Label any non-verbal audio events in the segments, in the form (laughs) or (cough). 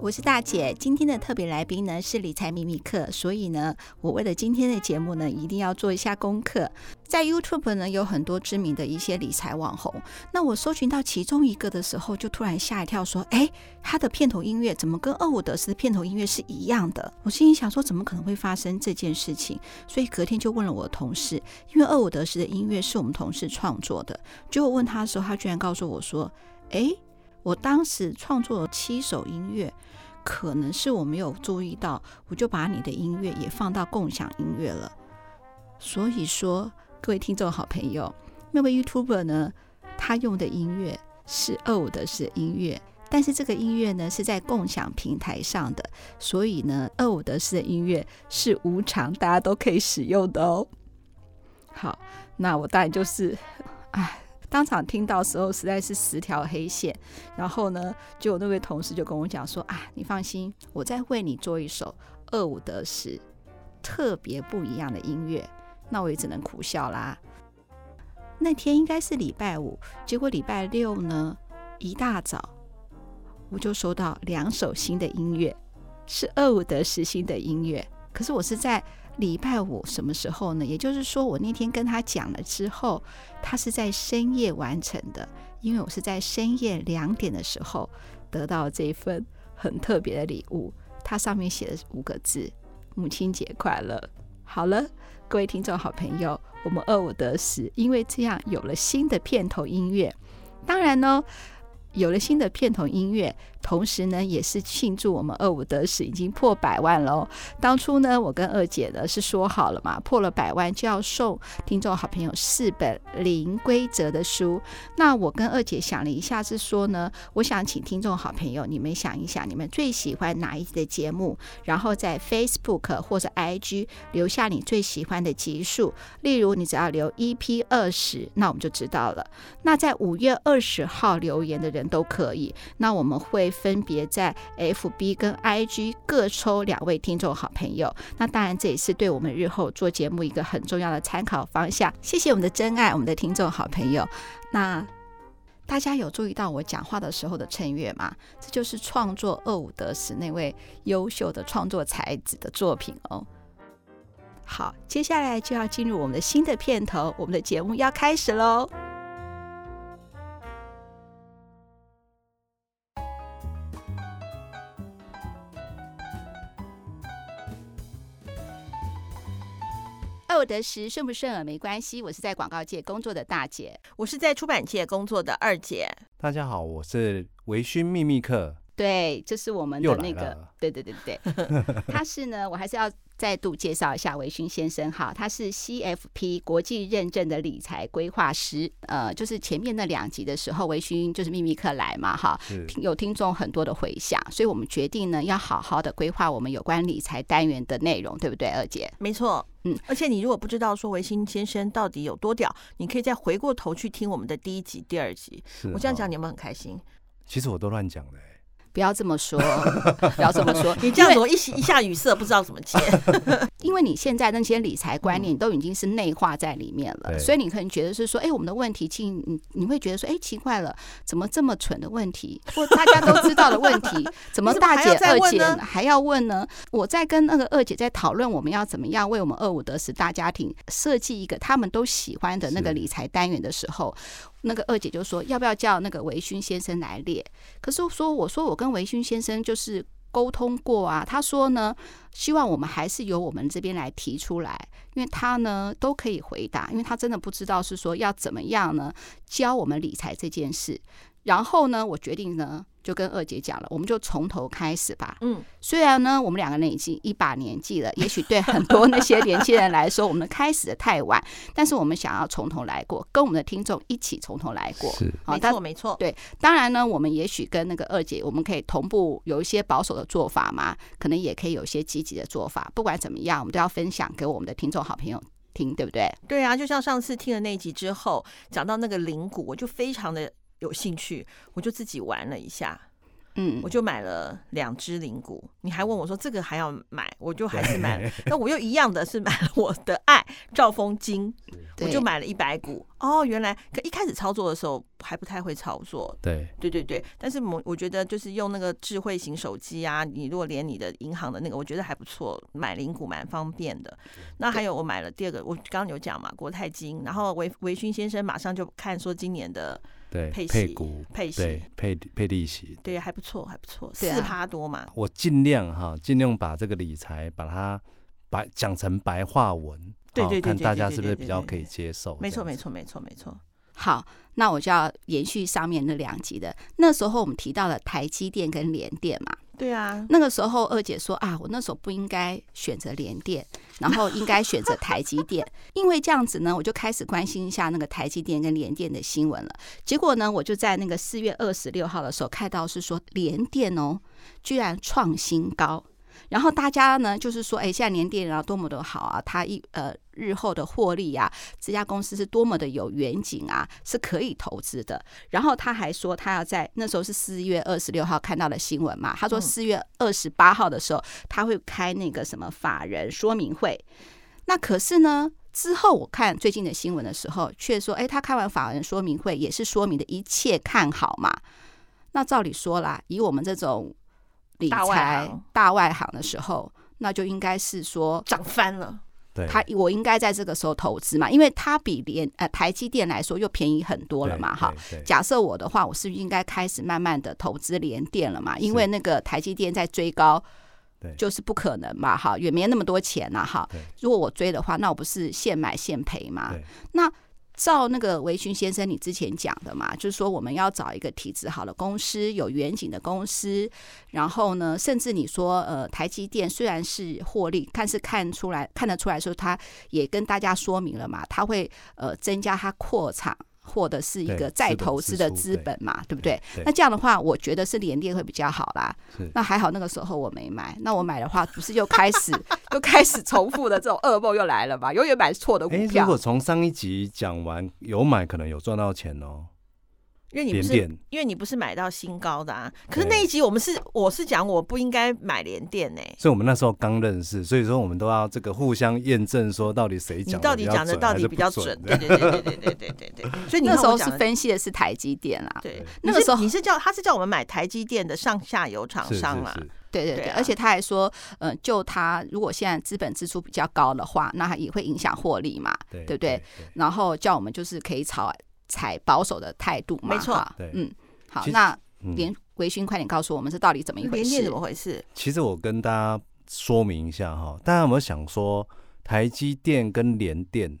我是大姐。今天的特别来宾呢是理财秘密课，所以呢，我为了今天的节目呢，一定要做一下功课。在 YouTube 呢有很多知名的一些理财网红，那我搜寻到其中一个的时候，就突然吓一跳，说：“哎，他的片头音乐怎么跟二五得十的片头音乐是一样的？”我心里想说，怎么可能会发生这件事情？所以隔天就问了我的同事，因为二五得十的音乐是我们同事创作的。结果问他的时候，他居然告诉我说：“哎。”我当时创作了七首音乐，可能是我没有注意到，我就把你的音乐也放到共享音乐了。所以说，各位听众好朋友，那位 YouTuber 呢，他用的音乐是二五的是音乐，但是这个音乐呢是在共享平台上的，所以呢，二五得是的音乐是无偿，大家都可以使用的哦。好，那我当然就是，唉。当场听到时候实在是十条黑线，然后呢，就那位同事就跟我讲说啊，你放心，我再为你做一首二五得十特别不一样的音乐，那我也只能苦笑啦。那天应该是礼拜五，结果礼拜六呢一大早我就收到两首新的音乐，是二五得十新的音乐，可是我是在。礼拜五什么时候呢？也就是说，我那天跟他讲了之后，他是在深夜完成的，因为我是在深夜两点的时候得到这一份很特别的礼物，它上面写的五个字：“母亲节快乐。”好了，各位听众好朋友，我们二五得十，因为这样有了新的片头音乐。当然呢、哦。有了新的片头音乐，同时呢，也是庆祝我们二五得十已经破百万喽。当初呢，我跟二姐呢是说好了嘛，破了百万就要送听众好朋友四本零规则的书。那我跟二姐想了一下，是说呢，我想请听众好朋友你们想一想，你们最喜欢哪一集的节目，然后在 Facebook 或者 IG 留下你最喜欢的集数。例如，你只要留 EP 二十，那我们就知道了。那在五月二十号留言的人。都可以。那我们会分别在 FB 跟 IG 各抽两位听众好朋友。那当然，这也是对我们日后做节目一个很重要的参考方向。谢谢我们的真爱，我们的听众好朋友。那大家有注意到我讲话的时候的衬乐吗？这就是创作二五得十那位优秀的创作才子的作品哦。好，接下来就要进入我们的新的片头，我们的节目要开始喽。二得十顺不顺耳没关系，我是在广告界工作的大姐，我是在出版界工作的二姐。大家好，我是微醺秘密课。对，这是我们的那个，对对对对，他是呢，我还是要再度介绍一下维勋先生哈，他是 CFP 国际认证的理财规划师，呃，就是前面那两集的时候，维勋就是秘密课来嘛哈，有听众很多的回响，所以我们决定呢要好好的规划我们有关理财单元的内容，对不对，二姐？没错。嗯，而且你如果不知道说维新先生到底有多屌，你可以再回过头去听我们的第一集、第二集。哦、我这样讲你们很开心。其实我都乱讲的、欸。不要这么说，不要这么说， (laughs) 你这样子我一一下语塞，不知道怎么接。因为你现在那些理财观念都已经是内化在里面了，嗯、所以你可能觉得是说，哎、欸，我们的问题，竟你你会觉得说，哎、欸，奇怪了，怎么这么蠢的问题，或大家都知道的 (laughs) 问题，怎么大姐二姐还要问呢？我在跟那个二姐在讨论，我们要怎么样为我们二五得十大家庭设计一个他们都喜欢的那个理财单元的时候。那个二姐就说要不要叫那个维勋先生来列？可是说我说我跟维勋先生就是沟通过啊，他说呢，希望我们还是由我们这边来提出来，因为他呢都可以回答，因为他真的不知道是说要怎么样呢教我们理财这件事。然后呢，我决定呢就跟二姐讲了，我们就从头开始吧。嗯，虽然呢我们两个人已经一把年纪了，也许对很多那些年轻人来说，我们开始的太晚，但是我们想要从头来过，跟我们的听众一起从头来过。是，没错，没错。对，当然呢，我们也许跟那个二姐，我们可以同步有一些保守的做法嘛，可能也可以有一些积极的做法。不管怎么样，我们都要分享给我们的听众好朋友。听对不对？对啊，就像上次听了那集之后，讲到那个灵骨，我就非常的。有兴趣，我就自己玩了一下。嗯我就买了两只灵骨。你还问我说这个还要买，我就还是买了。那我又一样的是买了我的爱兆丰金，我对就买了一百股。哦，原来可一开始操作的时候还不太会操作，对，对对对。但是我我觉得就是用那个智慧型手机啊，你如果连你的银行的那个，我觉得还不错，买零股蛮方便的。那还有我买了第二个，我刚刚有讲嘛，国泰金，然后维维勋先生马上就看说今年的对，配配息股，配息，对，配配利息。对还不错，还不错，对啊四趴多嘛，我尽量哈，尽量把这个理财把它白讲成白话文，对哈对对看对大对家对是不是对比对较对可以对接受？没错没错，错没错没错，好，那我就要延续上面那两集的。那时候我们提到了台积电跟联电嘛，对啊，那个时候二姐说啊，我那时候不应该选择联电，然后应该选择台积电，因为这样子呢，我就开始关心一下那个台积电跟联电的新闻了。结果呢，我就在那个四月二十六号的时候看到是说联电哦，居然创新高。然后大家呢，就是说，哎，现在联电啊，多么的好啊，它一呃日后的获利啊，这家公司是多么的有远景啊，是可以投资的。然后他还说，他要在那时候是四月二十六号看到的新闻嘛，他说嗯四月二十八号的时候他会开那个什么法人说明会。那可是呢，之后我看最近的新闻的时候，却说，哎，他开完法人说明会也是说明的一切看好嘛。那照理说啦，以我们这种理大外财行大外行的时候，那就应该是说涨翻了，对，他我应该在这个时候投资嘛，因为它比联呃台积电来说又便宜很多了对嘛，哈。，对对假设我的话，我是不是应该开始慢慢的投资联电了嘛？因是为那个台积电在追高对，就是不可能嘛，哈，也没那么多钱呐、哈对。如果我追的话，那我不是现买现赔嘛？对照那个维勋先生你之前讲的嘛，就是说我们要找一个体质好的公司，有远景的公司，然后呢，甚至你说呃，台积电虽然是获利，但是看出来看得出来说，它也跟大家说明了嘛，它会呃增加它扩厂或者是一对个资再本投支资的出资对本嘛，对不对？对那这样的话，我觉得是联电会比较好啦。是那还好那个时候我没买，那我买的话，不是又开始 (laughs) 又开始重复的这种噩梦又来了嘛？永远买错的股哎，票如。果从上一集讲完有买，可能有赚到钱哦。因为你不点是点因为你不是买到新高的啊。可是对那一集我们是我是讲我不应该买联电呢、所以我们那时候刚认识，所以说我们都要这个互相验证，说到底谁你讲到底讲的的到底比比较较准准？？这对样对对对对对对对对。所以你那看时我候是讲的分析的是台积电啦，对对，你那是个时候你是叫他是叫我们买台积电的上下游厂是商是啦。是，对对对对，啊而且他还说，呃，就他如果现在资本支出比较高的话，那他也会影响获利嘛，对对不对？然后叫我们就是可以采采保守的态度嘛，没错哈对嗯，好其，实那嗯连维勋快点告诉我们这到底怎么一回联电事怎？么回事？其实我跟大家说明一下哈，大家有没有想说台积电跟联电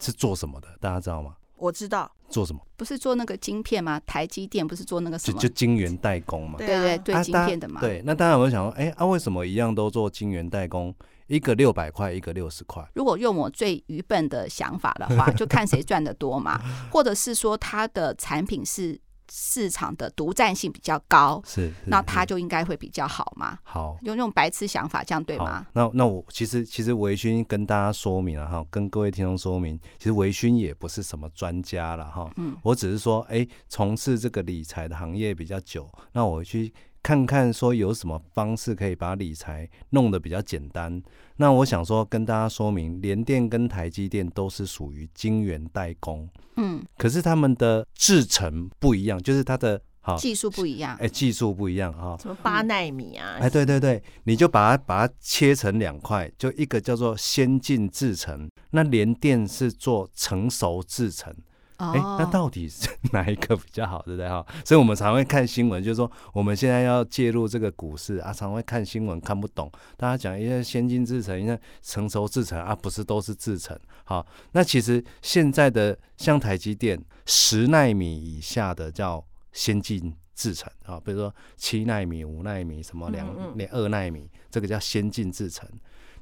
是做什么的？大家知道吗？我知道，做什么？不是做那个晶片吗？台积电不是做那个就什么就？晶圆代工嘛。对对啊对对，啊晶大家片的嘛。对，那大家有没有想说，哎、啊，为什么一样都做晶圆代工，一个六百块，一个六十块？如果用我最愚笨的想法的 (laughs) 话，就看谁赚得多嘛，或者是说它的产品是市场的独占性比较高，是，是那是它就应该会比较好嘛。好。用那种白痴想法，这样对好，吗？那那我其实其实维勋跟大家说明了哈，跟各位听众说明，其实维勋也不是什么专家了哈，嗯我只是说，哎、从事这个理财的行业比较久，那我去看看说有什么方式可以把理财弄得比较简单。那我想说跟大家说明，联电跟台积电都是属于晶圆代工，嗯，可是他们的制程不一样，就是它的好技术不一样嗯哎、，技术不一样哈，什么八纳米啊？哎，对对对，你就把它把它切成两块，就一个叫做先进制程，那联电是做成熟制程。哦哎、那到底是 (laughs) 哪一个比较好，对不对哈？所以我们常会看新闻，就是说我们现在要介入这个股市啊，常会看新闻看不懂，大家讲一些先进制程，一些成熟制程啊，不是都是制程。好，那其实现在的像台积电十纳米以下的叫先进制程啊，比如说七纳米、五纳米，什么嗯嗯两两二纳米，这个叫先进制程。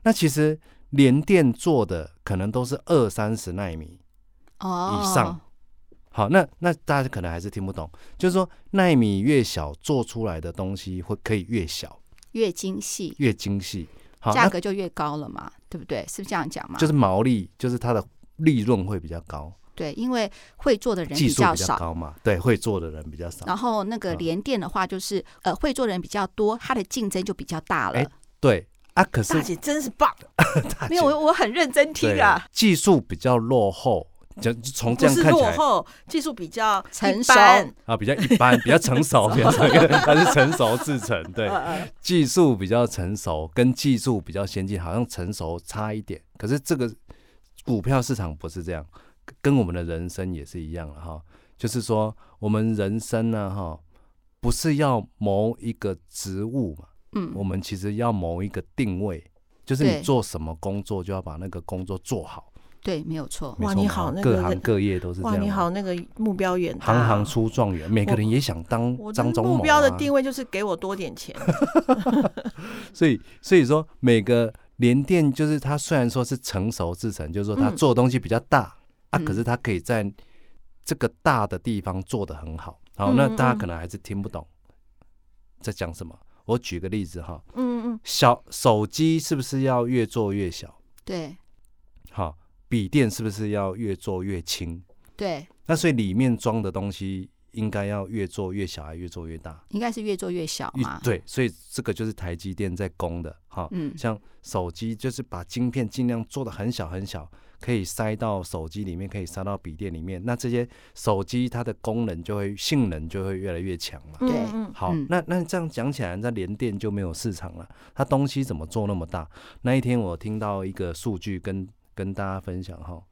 那其实联电做的可能都是二三十纳米，哦以上好，那那大家可能还是听不懂，就是说纳米越小，做出来的东西会可以越小，越精细，越精细。好，价那格就越高了嘛，对不对？是不是这样讲嘛？就是毛利，就是它的利润会比较高。对，因为会做的人技比术较比少哦较，高嘛，对，会做的人比较少。然后那个嗯联电的话，就是、呃会做人比较多，它的竞争就比较大了。哎对啊，可是大姐真是棒，大没有，啊姐我我很认真听对啊。技术比较落后，就就从这不样是看起落来后，技术比较成一熟般啊，比较一般，比较成 (laughs) 熟，比较成， (laughs) 它是成熟制成，对，呃技术比较成熟，跟技术比较先进，好像成熟差一点。可是这个股票市场不是这样，跟跟我们的人生也是一样了哈。就是说，我们人生呢，哈，不是要谋一个职务嘛，我嗯，们其实要谋一个定位，就是对你做什么工作，就要把那个工作做好。对，没有错。没哇错你嘛好那个各行各业都是这哇，样嘛。你好，那个目标远大，啊行行。出状元，每个人也想当我的张忠谋、啊。目标的定位就是给我多点钱，嗯所以所以说每个联电就是它虽然说是成熟制成，就是说它嗯做的东西比较大、啊，嗯可是它可以在这个大的地方做得很好。好，嗯那嗯大家嗯可能还是听不懂在讲什么。我举个例子哈，嗯嗯，小手机是不是要越做越小？对好，笔电是不是要越做越轻？对，那所以里面装的东西应该要越做越小，还越做越大？应该是越做越小一嘛。，对，所以这个就是台积电在攻的哈。嗯，像手机就是把晶片尽量做的很小很小，可以塞到手机里面，可以塞到笔电里面。那这些手机它的功能就会性能就会越来越强嘛。对嗯嗯好嗯，那那这样讲起来，那联电就没有市场了。它东西怎么做那么大？那一天我听到一个数据跟跟大家分享哈，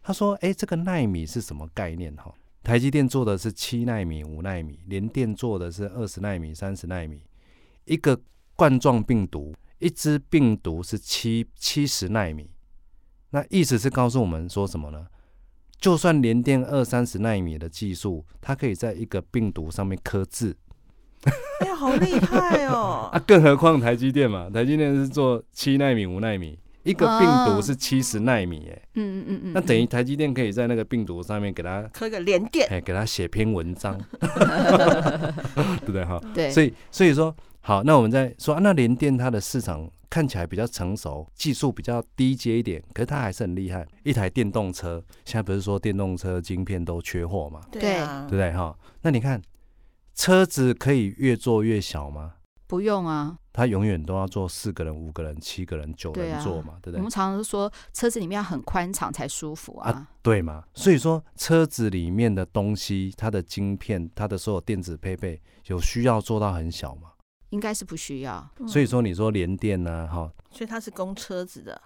他说：“哎、这个纳米是什么概念？哈，台积电做的是七纳米、五纳米，联电做的是二十纳米、三十纳米。一个冠状病毒，一只病毒是七七十纳米。那意思是告诉我们说什么呢？”就算联电二三十纳米的技术，它可以在一个病毒上面刻字，哎呀，好厉害哦啊，！更何况台积电嘛，台积电是做七纳米、五纳米，一个病毒是七十纳米、耶，嗯嗯嗯哦嗯，那等于台积电可以在那个病毒上面给它， (laughs) 磕个连电，哎，给它写篇文章，对不对哈？嗯对，所以，所以说，好，那我们再说，啊那联电它的市场看起来比较成熟，技术比较低阶一点，可是它还是很厉害。一台电动车，现在不是说电动车晶片都缺货嘛，啊嗯对不，对哈？那你看，车子可以越做越小吗？不用啊。他永远都要做四个人、五个人、七个人、九对啊人座嘛，对,、我们常不对？常都说车子里面要很宽敞才舒服啊。对嘛？所以说，车子里面的东西，它的晶片、它的所有电子配备，有需要做到很小嘛？应该是不需要。嗯所以，说，你说联电呢、哈，所以它是供车子的，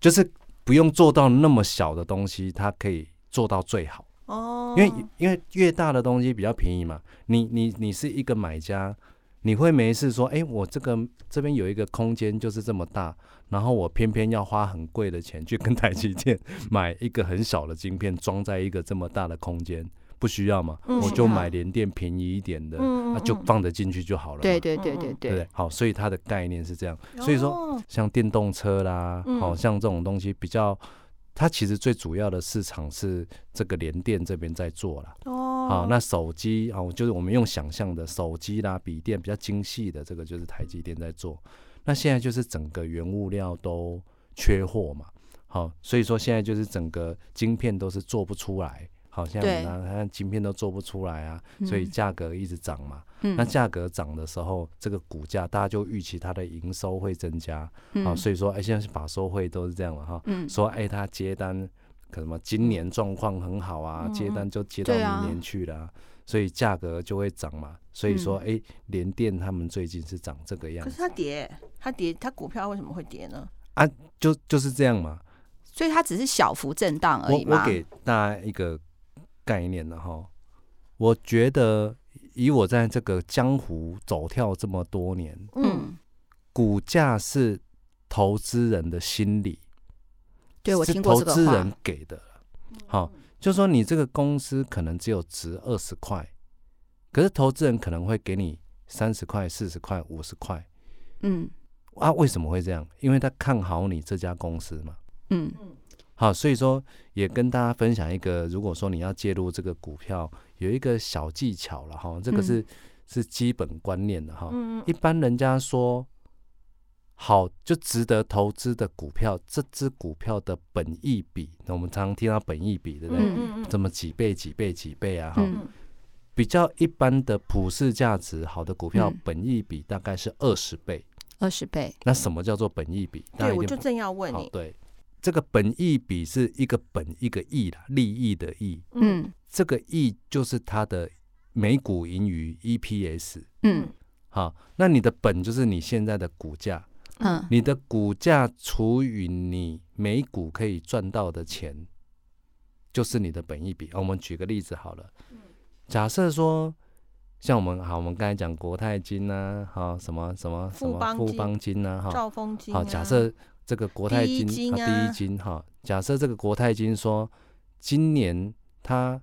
就是不用做到那么小的东西，它可以做到最好。哦，因为因为越大的东西比较便宜嘛。你你你是一个买家，你会没事说，哎、我这个这边有一个空间就是这么大，然后我偏偏要花很贵的钱去跟 (laughs) 台积电买一个很小的晶片装在一个这么大的空间，不需要嘛？嗯我是就的买联电便宜一点的，那、嗯就嗯嗯放得进去就好了嘛。对对对对嗯嗯对不对对，，好，所以它的概念是这样，所以说哦像电动车啦，好、嗯像这种东西比较，它其实最主要的市场是这个联电这边在做啦。哦，好，那手机啊、哦，就是我们用想象的手机啦、笔电比较精细的，这个就是台积电在做。那现在就是整个原物料都缺货嘛，好、所以说现在就是整个晶片都是做不出来，好、像对那它晶片都做不出来啊，嗯所以价格一直涨嘛。那嗯价格涨的时候，这个股价大家就预期它的营收会增加，好、嗯，所以说哎、现在是法收会都是这样了哈、嗯说哎、他接单可什么今年状况很好啊，嗯接嗯单就接到对啊明年去了啊、所以价格就会涨嘛。所以说嗯哎、联电他们最近是涨这个样可是子，它跌，它跌，它股票为什么会跌呢？就就是这样嘛。所以它只是小幅震荡而我已我嘛。给大家一个概念了哈，我觉得以我在这个江湖走跳这么多年，嗯，股价是投资人的心理，对我是听过这投个资话嗯人。给的。好，就说你这个公司可能只有值二十块，可是投资人可能会给你三十块、四十块、五十块嗯啊？为什么会这样？因为他看好你这家公司嘛。嗯好，所以说也跟大家分享一个，如果说你要介入这个股票，有一个小技巧了哈，这个是、是基本观念的哈。嗯，一般人家说，好就值得投资的股票，这只股票的本益比，那我们常听到本益比，对不对？嗯嗯这么几倍、几倍、几倍啊？哈、嗯嗯比较一般的普世价值好的股票嗯，本益比大概是二十倍。二十倍，那什么叫做本益比？大家对，一我定就不正要问好你，对，这个本益比是一个本一个益啦，利益的益，嗯嗯这个益就是它的每股盈余 E EPS。嗯好，那你的本就是你现在的股价，嗯你的股价除以你每股可以赚到的钱，就是你的本益比。啊我们举个例子好了，假设说，像我们好，我们刚才讲国泰金呐、啊，好什么什么什富么邦富金邦金呐、哈，兆丰金啊，好，假设这个国泰第一金金第啊一金哈、假设这个国泰金说今年它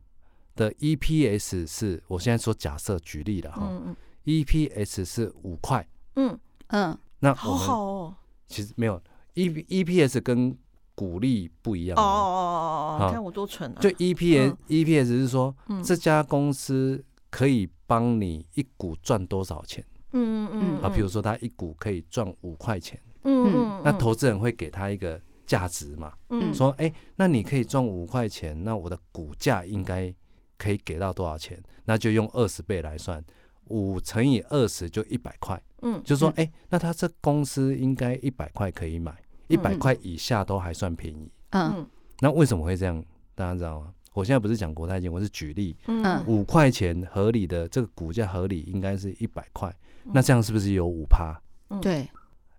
的 EPS 是我现在说假设举例了哈、嗯嗯 e p s 是五块，嗯，嗯那我好们好哦，其实没有 E EPS 跟股利不一样哦哦哦，哦哦哦，好看我多蠢啊，就 E EPS、嗯 EPS 是说嗯这家公司可以帮你一股赚多少钱嗯嗯嗯啊？嗯，比如说它一股可以赚五块钱，嗯嗯，那投资人会给他一个价值嘛？嗯说，哎、那你可以赚五块钱，那我的股价应该可以给到多少钱？那就用二十倍来算，五乘以二十就一百块，嗯就说嗯，哎、那他这公司应该一百块可以买，一百块以下都还算便宜。嗯嗯那为什么会这样？大家知道吗？我现在不是讲国泰金，我是举例，嗯五块钱合理的这个股价合理应该是一百块，嗯那这样是不是有五趴？对，哎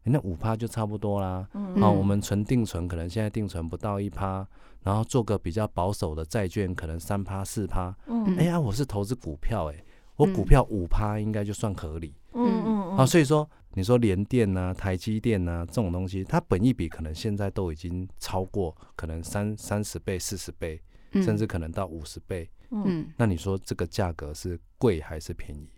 那五趴就差不多啦。嗯啊，嗯我们存定存可能现在定存不到一趴，然后做个比较保守的债券，可能三趴四趴。嗯哎呀，我是投资股票、哎，我股嗯票五趴应该就算合理、嗯啊。所以说，你说联电呐、台积电呐、这种东西，它本益比可能现在都已经超过可能三三十倍、四十倍，嗯甚至可能到五十倍。嗯嗯那你说这个价格是贵还是便宜？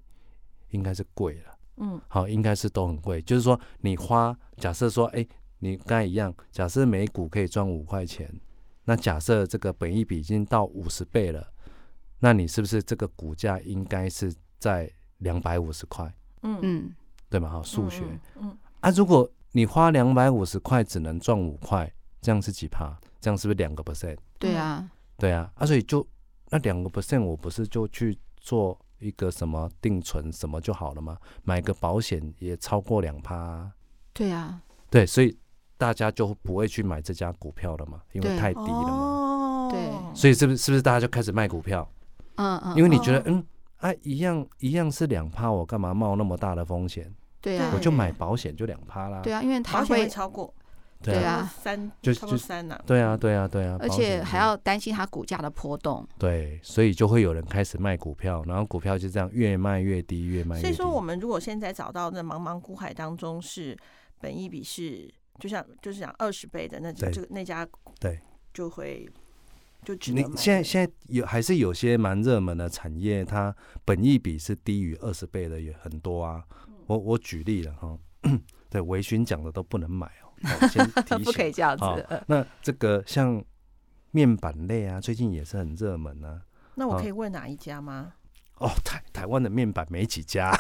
应该是贵了。嗯好，应该是都很贵。就是说，你花，假设说，哎、你刚才一样，假设每股可以赚五块钱，那假设这个本益比已经到五十倍了，那你是不是这个股价应该是在两百五十块，嗯嗯，嗯对吗？好，数学、嗯啊，如果你花两百五十块只能赚五块，这样是几趴？这样是不是两个 percent？对嗯啊，对啊，啊，所以就那两个 percent，我不是就去做一个什么定存什么就好了吗？买个保险也超过两趴、啊，对啊，对，所以大家就不会去买这家股票了嘛，因为对太低了嘛。哦，所以是不是是不是大家就开始卖股票？嗯嗯，因为你嗯觉得嗯啊一样一样是两趴，我干嘛冒那么大的风险？对啊我，就买保险就两趴啦。对啊，因为保他险会会，超过，对对啊啊三就差不多就三呐，对啊对啊对啊，而保且险还要担心它股价的波动。对，所以就会有人开始卖股票，然后股票就这样越卖越低，越卖越低。所以说，我们如果现在找到那茫茫股海当中是本益比是，就像就是讲二十倍的那对这个那家对，就会就值你得买。现在现在有还是有些蛮热门的产业，它本益比是低于二十倍的也很多啊。嗯我我举例了哈， (clears throat) 对微醺讲的都不能买哦，哦 (laughs) 先提不可以醒。这样子。好那这个像面板类啊，最近也是很热门啊。那我可以问哪一家吗？哦，台台湾的面板没几家，啊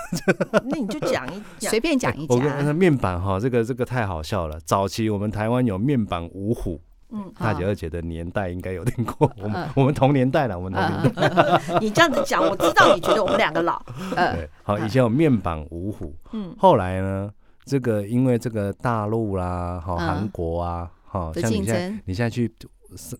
那你就讲一讲随。便讲一哎 (laughs) 我跟家，啊面板哈，这个这个太好笑了。早期我们台湾有面板五虎，嗯，大姐好二姐的年代应该有听过，我们嗯我们同年代了，我们同年代。嗯嗯你这样子讲，我知道你觉得我们两个老。嗯 (laughs) 对，好，嗯以前有面板五虎，嗯后来呢，这个因为这个大陆啦，好嗯韩国啊，好的像你竞现在争你现在去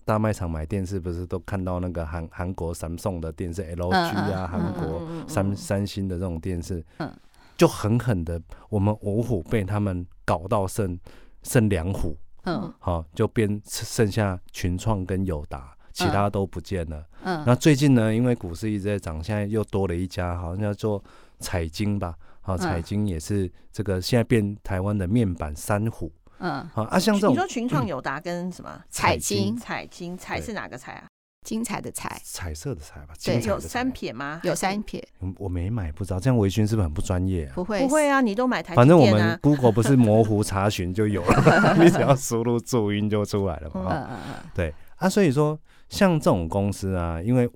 大卖场买电视，不是都看到那个韩韩国 Samsung 的电视 LG 嗯啊，韩国嗯嗯三三星的这种电视嗯，就狠狠的，我们五虎被他们搞到剩剩两虎，嗯好，就变剩下群创跟友达，其嗯他都不见了。嗯那最近呢，因为股市一直在涨，现在又多了一家，好像叫做彩晶吧。好、嗯彩晶也是这个现在变台湾的面板三虎。嗯，好啊，像这你种说群创友达跟什么彩彩金金，彩金彩嗯对是哪个彩啊？精彩的彩彩色的彩吧，对金彩有的彩三，撇吗？有三撇，嗯我没买，不知道。这样维勋是不是很不专业啊、不会不会啊，你都买台反积正我电们啊。 Google 不是模糊查询就有了，你只要输入注音就出来了嘛。嗯嗯哈嗯对啊，所以说像这种公司啊，因为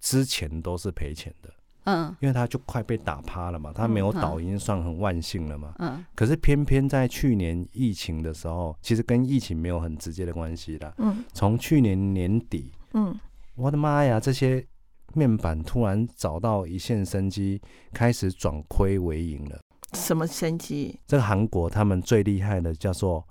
之前都是赔钱的，嗯嗯因为它就快被打趴了嘛，它没有嗯倒已经算很万幸了嘛。嗯可是偏偏在去年疫情的时候，其实跟疫情没有很直接的关系啦。嗯从去年年底，嗯我的妈呀，这些面板突然找到一线生机，开始转亏为盈了。什么神奇？这个韩国他们最厉害的叫做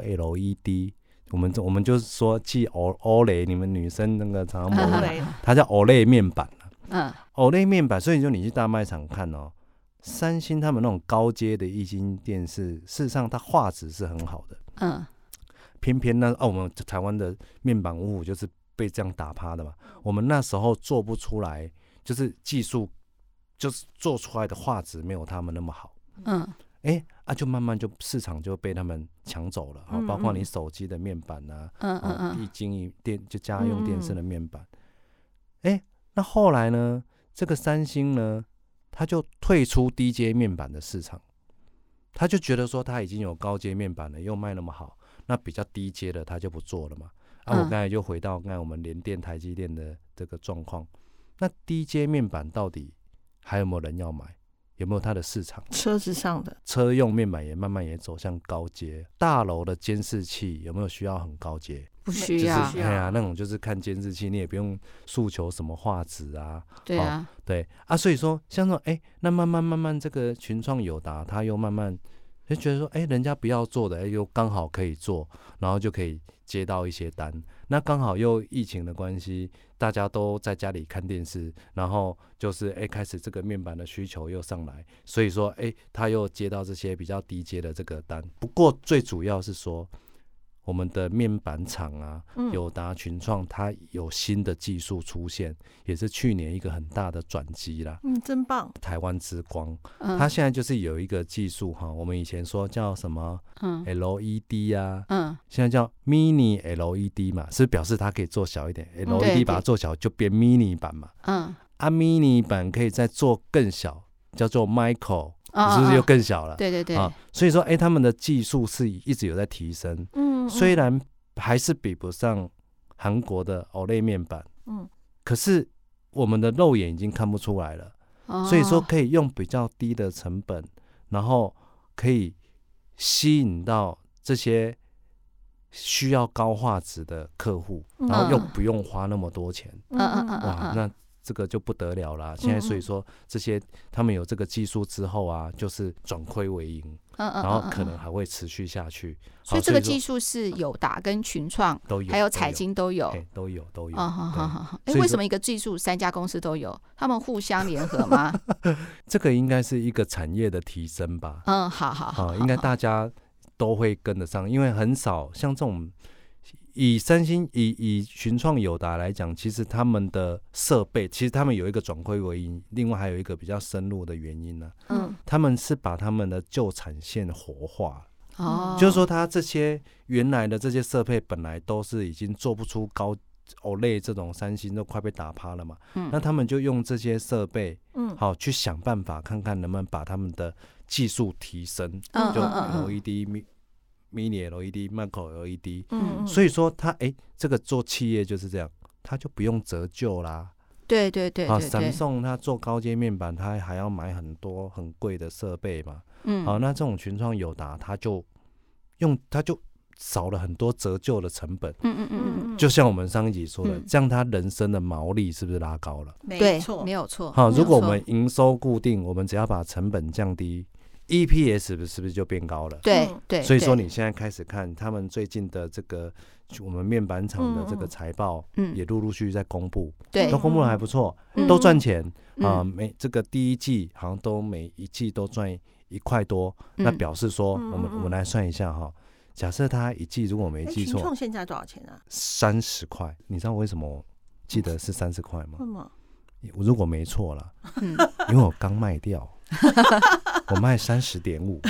OLED，我们我们就是说记 O O 雷，你们女生那个常常嗯模嗯 (laughs) 仿， (laughs) 对它叫 OLED 面板。嗯哦，那面板，所以就你去大卖场看哦，三星他们那种高阶的液晶电视，事实上它画质是很好的，嗯偏偏那哦，我们台湾的面板五五就是被这样打趴的嘛。我们那时候做不出来，就是技术，就是做出来的画质没有他们那么好。嗯哎啊，就慢慢就市场就被他们抢走了啊、哦嗯包括嗯你手机的面板啊，嗯哦嗯一晶一电就家用电视嗯的面板。嗯哎、那后来呢？这个三星呢，他就退出低阶面板的市场，他就觉得说他已经有高阶面板了，又卖那么好，那比较低阶的他就不做了嘛。啊，我嗯刚才就回到刚才我们联电、台积电的这个状况，那低阶面板到底还有没有人要买？有没有它的市场？车子上的车用面板也慢慢也走向高阶，大楼的监视器有没有需要很高阶？不就是需要就，是要哎呀，那种就是看监视器，你也不用诉求什么画质啊，对好啊，对啊，所以说像这种哎，那慢慢慢慢这个群创友达，他又慢慢就觉得说，哎，人家不要做的，哎，又刚好可以做，然后就可以接到一些单，那刚好又疫情的关系，大家都在家里看电视，然后就是哎，开始这个面板的需求又上来，所以说哎，他又接到这些比较低阶的这个单，不过最主要是说。我们的面板厂啊，嗯友达群创它有新的技术出现，也是去年一个很大的转机啦。嗯，真棒，台湾之光，嗯它现在就是有一个技术哈，我们以前说叫什么嗯 LED 啊，嗯现在叫 Mini LED 嘛，是表示它可以做小一点嗯对，LED 把它做小就变 Mini 版嘛，嗯，啊 Mini 版可以再做更小，叫做 Micro，啊是不啊是又啊更小了？对对对，啊，所以说哎，他们的技术是一直有在提升，嗯，虽然还是比不上韩国的 OLED 面板，嗯可是我们的肉眼已经看不出来了，哦所以说可以用比较低的成本，然后可以吸引到这些需要高画质的客户，嗯然后又不用花那么多钱，嗯嗯嗯哇，那这个就不得了啦！现在所以说这些他们有这个技术之后啊，就是转亏为盈，嗯嗯，然后可能还会持续下去。所以这个说技术是友达跟群创都有，还有都财经都有。哎，都有都有。哦，好好对好好，哎，所以为说什么一个技术三家公司都有？他们互相联合吗？这个应该是一个产业的提升吧？嗯，好好好啊好，，应该好大家都会跟得上，因为很少像这种以三星、以以群创、友达来讲，其实他们的设备，其实他们有一个转亏为盈，另外还有一个比较深入的原因呢、嗯他们是把他们的旧产线活化，哦，就是说它这些原来的这些设备本来都是已经做不出高 OLED 这种三星都快被打趴了嘛，嗯那他们就用这些设备。嗯好去想办法看看能不能把他们的技术提升，嗯就 E 嗯嗯嗯 LED、mi- mini LED、micro E LED。嗯，所以说他哎，这个做企业就是这样，他就不用折旧啦。对对对啊对对， ，Samsung 它做高阶面板，它还要买很多很贵的设备嘛。嗯，啊好，那这种群创友达，它就用它就少了很多折旧的成本。嗯嗯嗯嗯，就像我们上一集说的，嗯这样它人生的毛利是不是拉高了？嗯没对，错没，有错。好，没如有果我错们营收固定，我们只要把成本降低，EPS 不是不是就变高了？对嗯对，所以说对你现在开始看他们最近的这个我们面板厂的这嗯个嗯财报，也嗯陆陆续续在公布，对都公布的还不错，嗯都赚钱啊。嗯每这个第一季好像都每一季都赚一块多，那嗯表示说嗯我们嗯我们来算一下哈，假设它一季如果没哎，记群错创现在多少钱啊？三十块，你知道为什么我记得是三十块吗为？什么？我如果没错啦。嗯因为我刚卖 (laughs) 掉，我卖三十点五，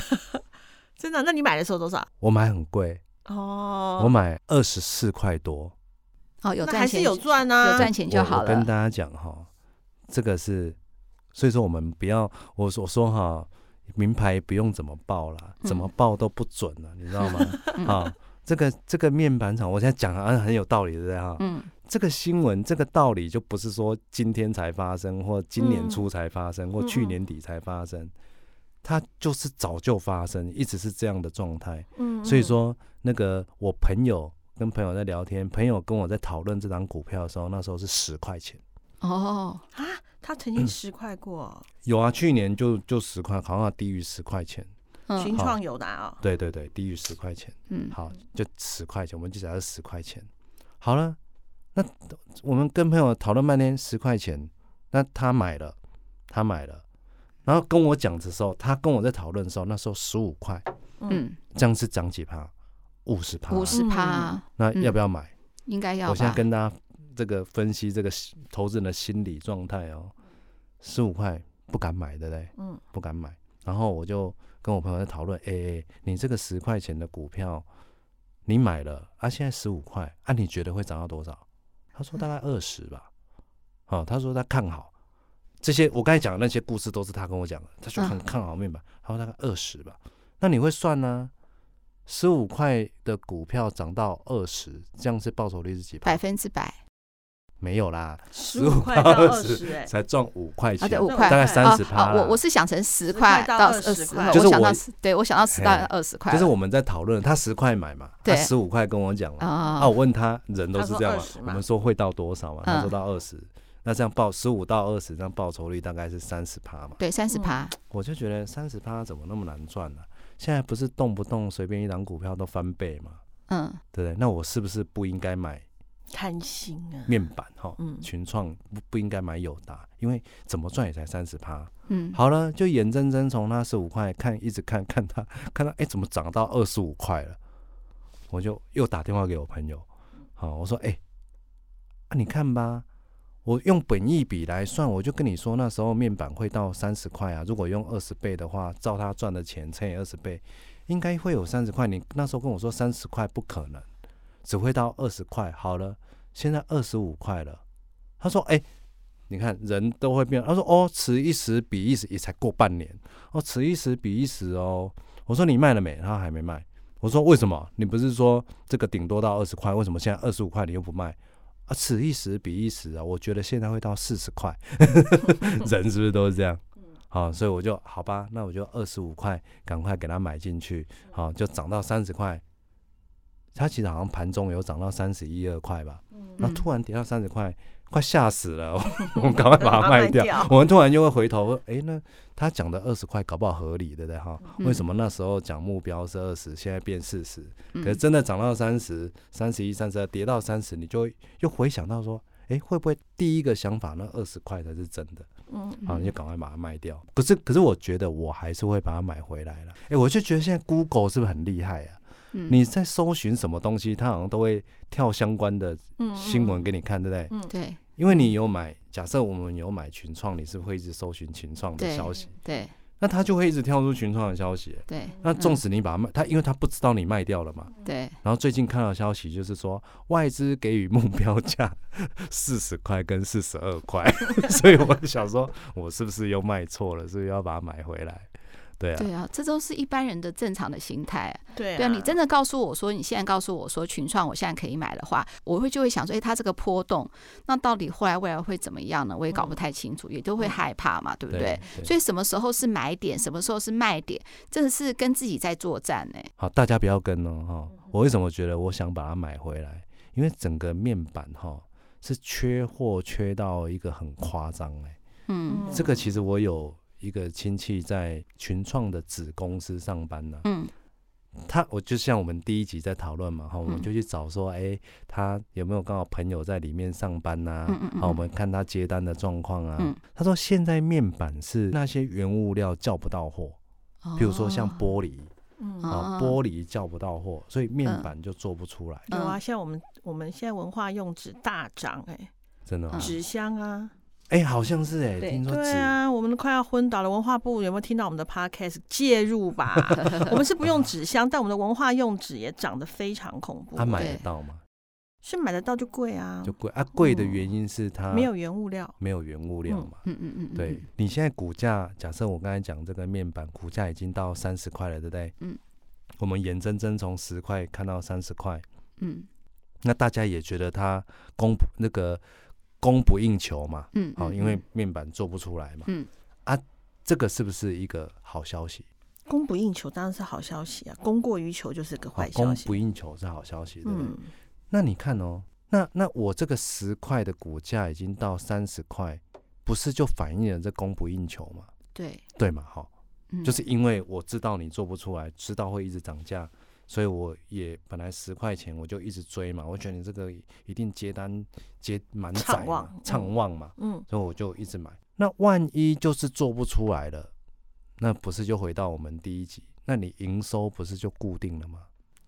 真的？那你买的时候多少？我买很贵，哦，我买二十四块多。哦，有那赚还是钱有赚啊，有赚钱就我好我了跟。大家讲哈，这个是，所以说我们不要我我说哈，名牌不用怎么报啦，嗯怎么报都不准啊 (laughs) 了，你知道吗？嗯啊，这个这个面板厂，我现在讲好像很有道理，对不对哈？嗯这个新闻这个道理就不是说今天才发生，或今年初才发生，或去年底才发生，它就是早就发生，一直是这样的状态。嗯所以，说，那个我朋友跟朋友在聊天，朋友跟我在讨论这张股票的时候，那时候是十块钱。哦，嗯啊，他曾经十块过，有啊，去年就就十块，好像低于十块钱。嗯群创有的啊，对对对，低于十块钱。嗯，好，就十块钱，我们就假设十块钱。好了，那我们跟朋友讨论半天，十块钱，那他买了，他买了，然后跟我讲的时候，他跟我在讨论的时候，那时候十五块，嗯，这样是涨几趴？五十趴。五十趴嗯那要不要买？应该要我现在吧？跟大家这个分析这个心投资人的心理状态哦，十五块不敢买，对不对？嗯，不敢买。然后我就跟我朋友在讨论，哎、哎你这个十块钱的股票，你买了啊，现在十五块啊，你觉得会涨到多少？他说大 (laughs) 概二十吧。哦，他说他看好这些，我刚才讲的那些故事都是他跟我讲的，他就很嗯看好面板，他说大概二十吧。那你会算呢、十五块的股票涨到二十，这样是报酬率是几趴百？分之百没有啦，十五块到二15十，哎，才赚五块钱，啊，对，五那块大概块三十趴啊，啦。我我是想成十10块块到到二20十块块，就是想我到10对我想到十到嘿二十块了，就是我们在讨论，他十块买嘛，对他十五块跟我讲嘛，啊啊，我问他人都是这样他说20我嘛们说会到多少嘛，嗯他说到二十，那这样报十五到二十，这样报酬率大概是三十趴嘛，对三十趴，我就觉得三十趴怎么那么难赚呢？现在不是动不动随便一档股票都翻倍嘛，嗯对不对？那我是不是不应该买贪心啊，面板哈？嗯群创不不应该买友达，因为怎么赚也才三十趴，嗯，好了，就眼睁睁从他十五块看，一直看 (laughs) 看他看到，哎、怎么涨到二十五块了？我就又打电话给我朋友，好，我说，哎、啊，你看吧，我用本益比来算，我就跟你说，那时候面板会到三十块啊。如果用二十倍的话，照他赚的钱乘以二十倍，应该会有三十块。你那时候跟我说三十块不可能，只会到二十块。好了，现在二十五块了。他说，哎、你看人都会变。他说哦，此一时彼一时，也才过半年哦，此一时彼一时哦。我说你卖了没？他还没卖。我说为什么？你不是说这个顶多到二十块，为什么现在二十五块你又不卖？啊，此一时彼一时啊，我觉得现在会到四十块， (laughs) 人是不是都是这样？好，所以我就好吧，那我就二十五块，赶快给他买进去，好，就涨到三十块。它其实好像盘中有涨到三十一二块吧，那嗯突然跌到三十块，快吓死了， (laughs) 我们赶快把它卖 (laughs) 掉把它卖掉。我们突然就会回头，哎、那他讲的二十块搞不好合理，对不对哈？嗯为什么那时候讲目标是二十，现在变四十？嗯嗯可是真的涨到三十、三十一、三十二，跌到三十，你就会又回想到说，哎、会不会第一个想法那二十块才是真的？嗯，好，你就赶快把它卖掉。可是，可是我觉得我还是会把它买回来了。哎、我就觉得现在 Google 是不是很厉害啊？嗯你在搜寻什么东西，它好像都会跳相关的嗯新闻给你看，对不对？对因为你有买，假设我们有买群创，你是会一直搜寻群创的对消息，对那它就会一直跳出群创的消息。对那纵使你把它卖，它因为它不知道你卖掉了嘛。对，然后最近看到消息就是说，外资给予目标价 (laughs) 四十块跟四十二块， (laughs) 所以我想说，我是不是又卖错了？是不是要把它买回来？对啊，对啊，这都是一般人的正常的心态啊。对对啊，你真的告诉我说，你现在告诉我说群创我现在可以买的话，我会就会想说，哎，它这个波动，那到底后来未来会怎么样呢？我也搞不嗯太清楚，也都会害怕嘛，对不对？所以什么时候是买点，什么时候是卖点，真的是跟自己在作战呢、好，大家不要跟哦哈、嗯我为什么觉得我想把它买回来？因为整个面板哈、是缺货缺到一个很夸张哎。嗯这个其实我有一个亲戚在群创的子公司上班呢、嗯他我就像我们第一集在讨论嘛哈、我们嗯就去找说，哎、他有没有刚好朋友在里面上班呐、嗯嗯嗯啊好，我们看他接单的状况啊。嗯他说现在面板是那些原物料叫不到货，啊比如说像 (laughs) 玻璃。嗯啊，哦玻璃叫不到货，所以面嗯板就做不出来，有啊，现在我们我们现在文化用纸大涨哎，真的哦。嗯纸箱啊，哎，好像是哎，对听说对纸啊，我们都快要昏倒了。文化部有没有听到我们的 podcast (laughs) 介入吧？嗯我们是不用纸箱，但我们的文化用纸也涨得非常恐怖。他买得对哦到吗？是买得到就贵啊，就啊贵啊，贵的嗯原因是它没有原物料。没有原物嗯料嘛。嗯嗯嗯，嗯对，你现在股价，假设我刚才讲这个面板股价已经到三十块了，对不对？嗯，我们眼睁睁从十块看到三十块，嗯那大家也觉得它供不那个供不应求嘛，嗯，好、嗯因为嗯面板做不出来嘛，嗯啊，这个是不是一个好消息？供不应求当然是好消息啊，供过于求就是个好坏消哦供息。不应求是好消息，对不对？嗯，那你看哦，那那我这个十块的股价已经到三十块，不是就反映了这供不应求嘛？对，对嘛？好、嗯就是因为我知道你做不出来，知道会一直涨价，所以我也本来十块钱我就一直追嘛，我觉得你这个一定接单接满载畅嘛旺，畅旺嘛，嗯，所以我就一直买。那万一就是做不出来了，那不是就回到我们第一集？那你营收不是就固定了吗？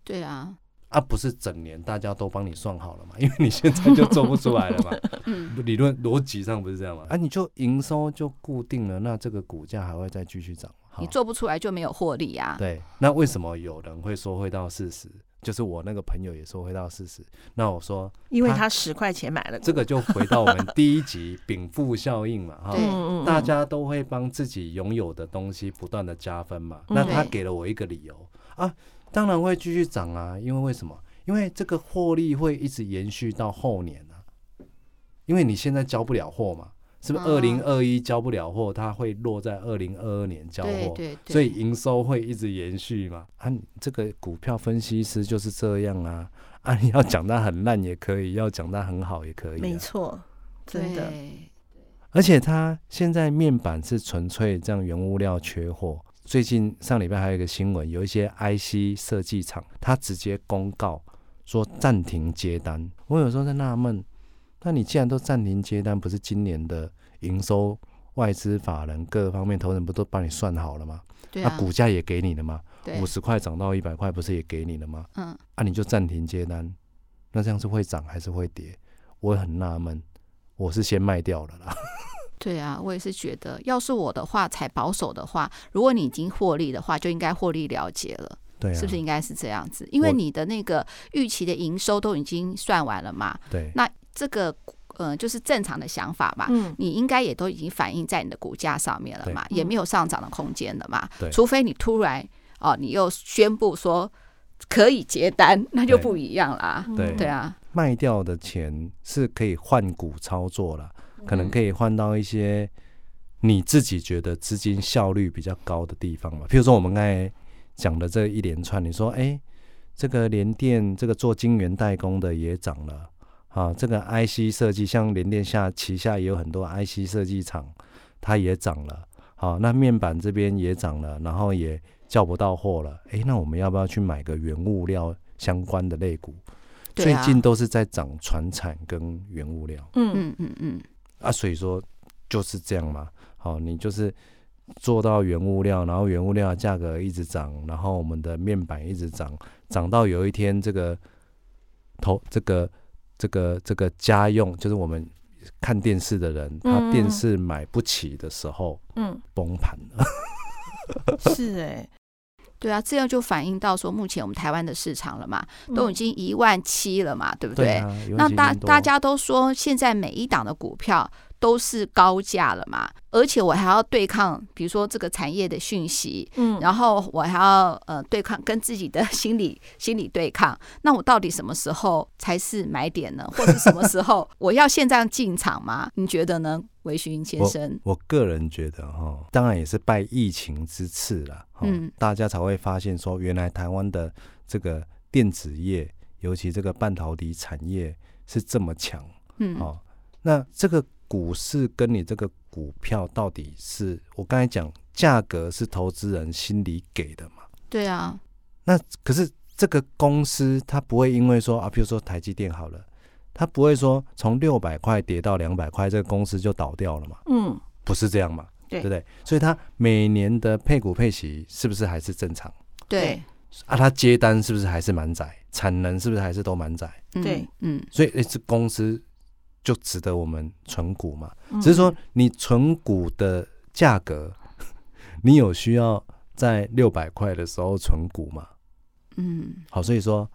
对啊，啊，不是整年大家都帮你算好了 (laughs) 嘛？因为你现在就做不出来了 (laughs) 嘛，嗯，理论逻辑上不是这样嘛？啊，你就营收就固定了，那这个股价还会再继续涨吗？好你做不出来就没有获利啊。对，那为什么有人会说会到四十？就是我那个朋友也说会到四十。那我说因为他他十块钱买了这个就回到我们第一集禀赋效应嘛，哈对，嗯大家都会帮自己拥有的东西不断的加分嘛。嗯那他对给了我一个理由啊，当然会继续涨啊，因为为什么？因为这个获利会一直延续到后年啊，因为你现在交不了货嘛，是不是？哦二零二一交不了货，它会落在二零二二年交货。对对对，所以营收会一直延续嘛？啊，你这个股票分析师就是这样啊。啊， (laughs) 你要讲它很烂也可以，要讲它很好也可以、没啊。错，真的，对而且它现在面板是纯粹这样原物料缺货。最近上礼拜还有一个新闻，有一些 IC 设计厂，它直接公告说暂停接单。我有时候在纳闷，那你既然都暂停接单，不是今年的营收、外资法人各方面投人不都帮你算好了吗？对那啊，股价也给你了吗？对五十块涨到一百块，不是也给你了吗？嗯，啊，你就暂停接单，那这样是会涨还是会跌？我也很纳闷，我是先卖掉了啦。对啊，我也是觉得，要是我的话，才保守的话，如果你已经获利的话，就应该获利了结了，对啊，是不是？应该是这样子？因为我你的那个预期的营收都已经算完了嘛，对那这个呃就是正常的想法吧。嗯，你应该也都已经反映在你的股价上面了嘛，对也没有上涨的空间了嘛对。除非你突然哦、你又宣布说可以结单，那就对不一样啦。嗯对对啊，卖掉的钱是可以换股操作啦，可能可以换到一些你自己觉得资金效率比较高的地方嘛。譬如说我们刚才讲的这一连串，你说，哎、这个联电这个做晶圆代工的也涨了啊，这个 IC 设计像联电下旗下也有很多 IC 设计厂，它也涨了。好，那面板这边也涨了，然后也叫不到货了。哎、那我们要不要去买个原物料相关的类股？对最啊近都是在涨船产跟原物料嗯，嗯嗯嗯，啊，所以说就是这样嘛。好，你就是做到原物料，然后原物料的价格一直涨，然后我们的面板一直涨，涨到有一天这个投这个这个这个家用，就是我们看电视的人，他嗯电视买不起的时候嗯，崩盘 (laughs) 了。是哎，对啊，这样就反映到说目前我们台湾的市场了嘛，都已嗯经一万七了嘛，对不对啊，有那几大年多大家都说现在每一档的股票都是高价了嘛，而且我还要对抗，比如说这个产业的讯息，嗯，然后我还要呃对抗跟自己的心理 (laughs) 心理对抗。那我到底什么时候才是买点呢？或是什么时 (laughs) 候我要现在进场吗？你觉得呢，维勋先生？我个人觉得哈，当然也是拜疫情之赐啦，齁嗯大家才会发现说，原来台湾的这个电子业，尤其这个半导体产业是这么强嗯哦。那这个股市跟你这个股票到底是我刚才讲，价格是投资人心里给的嘛？对啊，可是这个公司它不会因为说啊，比如说台积电好了，它不会说从六百块跌到两百块，这个公司就倒掉了嘛？嗯，不是这样嘛？对不对？所以它每年的配股配息是不是还是正常？对啊，它接单是不是还是满载？产能是不是还是都满载？嗯对嗯所以诶这公司就值得我们存股嘛？嗯，只是说你存股的价格， (laughs) 你有需要在六百块的时候存股嘛？嗯好，所以说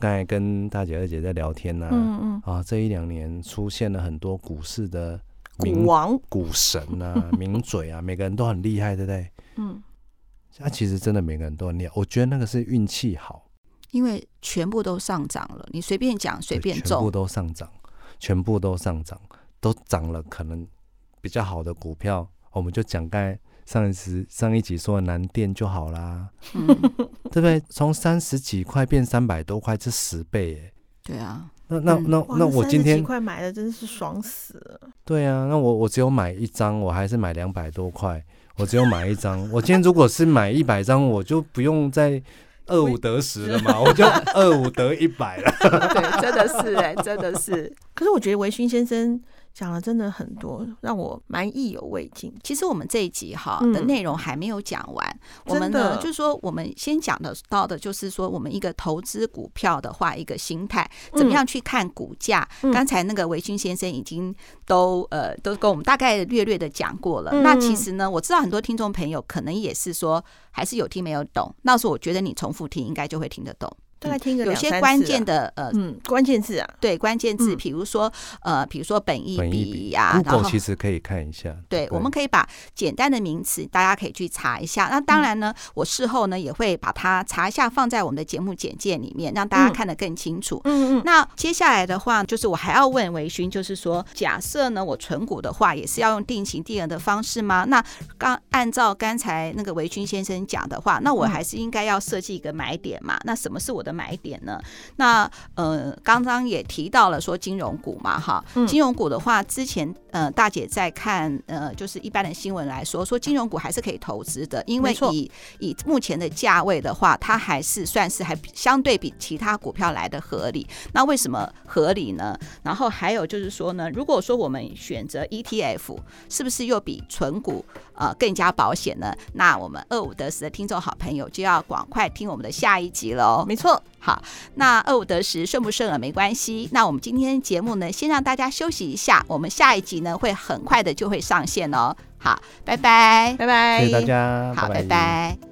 刚才跟大姐二姐在聊天呢、啊，嗯，嗯这一两年出现了很多股市的嗯，股王，股神啊、名嘴啊，每个人都很厉害，对不对？嗯，他、其实真的每个人都很厉害，我觉得那个是运气好。因为全部都上涨了，你随便讲随对便全部中，都上涨，全部都上涨，都涨了。可能比较好的股票，我们就讲刚才上一次上一集说的南电就好啦， (laughs) 嗯，对不对？从三十几块变三百多块，这十倍耶。对啊，那那嗯那哇那我30今几天块买的真是爽死了，对啊，那我我只有买一张，我还是买两百多块，我只有买一张。我今天如果是买一百张，我就不用再二五得十了嘛，我就二五得一百了。对，真的是哎、真的是。可是我觉得维勋先生讲了真的很多，让我蛮意犹未尽。其实我们这一集哈嗯的内容还没有讲完，真的我们呢就是说我们先讲的到的就是说我们一个投资股票的话一个心态，怎么样去看股价？嗯刚才那个维军先生已经都呃都跟我们大概略略的讲过了。嗯那其实呢，我知道很多听众朋友可能也是说还是有听没有懂，那时候我觉得你重复听应该就会听得懂，大概听个有两些三关次啊键，的呃。嗯，关键字啊，对关键字，嗯比如说，呃，比如说本益本一比比呀、然后，Google 其实可以看一下。对，我们可以把简单的名词，大家可以去查一下。那当然呢，我事后呢也会把它查一下，放在我们的节目简介里面，让大家嗯看得更清楚。嗯嗯，那接下来的话，就是我还要问维勋，就是说，假设呢我存股的话，也是要用定型定额的方式吗？那刚按照刚才那个维勋先生讲的话，那我嗯还是应该要设计一个买点嘛？那什么是我的买点呢？那呃，刚刚也提到了说金融股嘛，哈，嗯金融股的话，之前呃大姐在看呃就是一般的新闻来说，说金融股还是可以投资的，因为没错以以目前的价位的话，它还是算是还比相对比其他股票来的合理。那为什么合理呢？然后还有就是说呢，如果说我们选择 E ETF，是不是又比存股呃更加保险呢？那我们二五得十的听众好朋友就要赶快听我们的下一集喽。没错，好，那二五得十顺不顺耳没关系。那我们今天节目呢，先让大家休息一下，我们下一集呢会很快的就会上线哦。好，拜拜，拜拜，谢谢大家，好，拜拜拜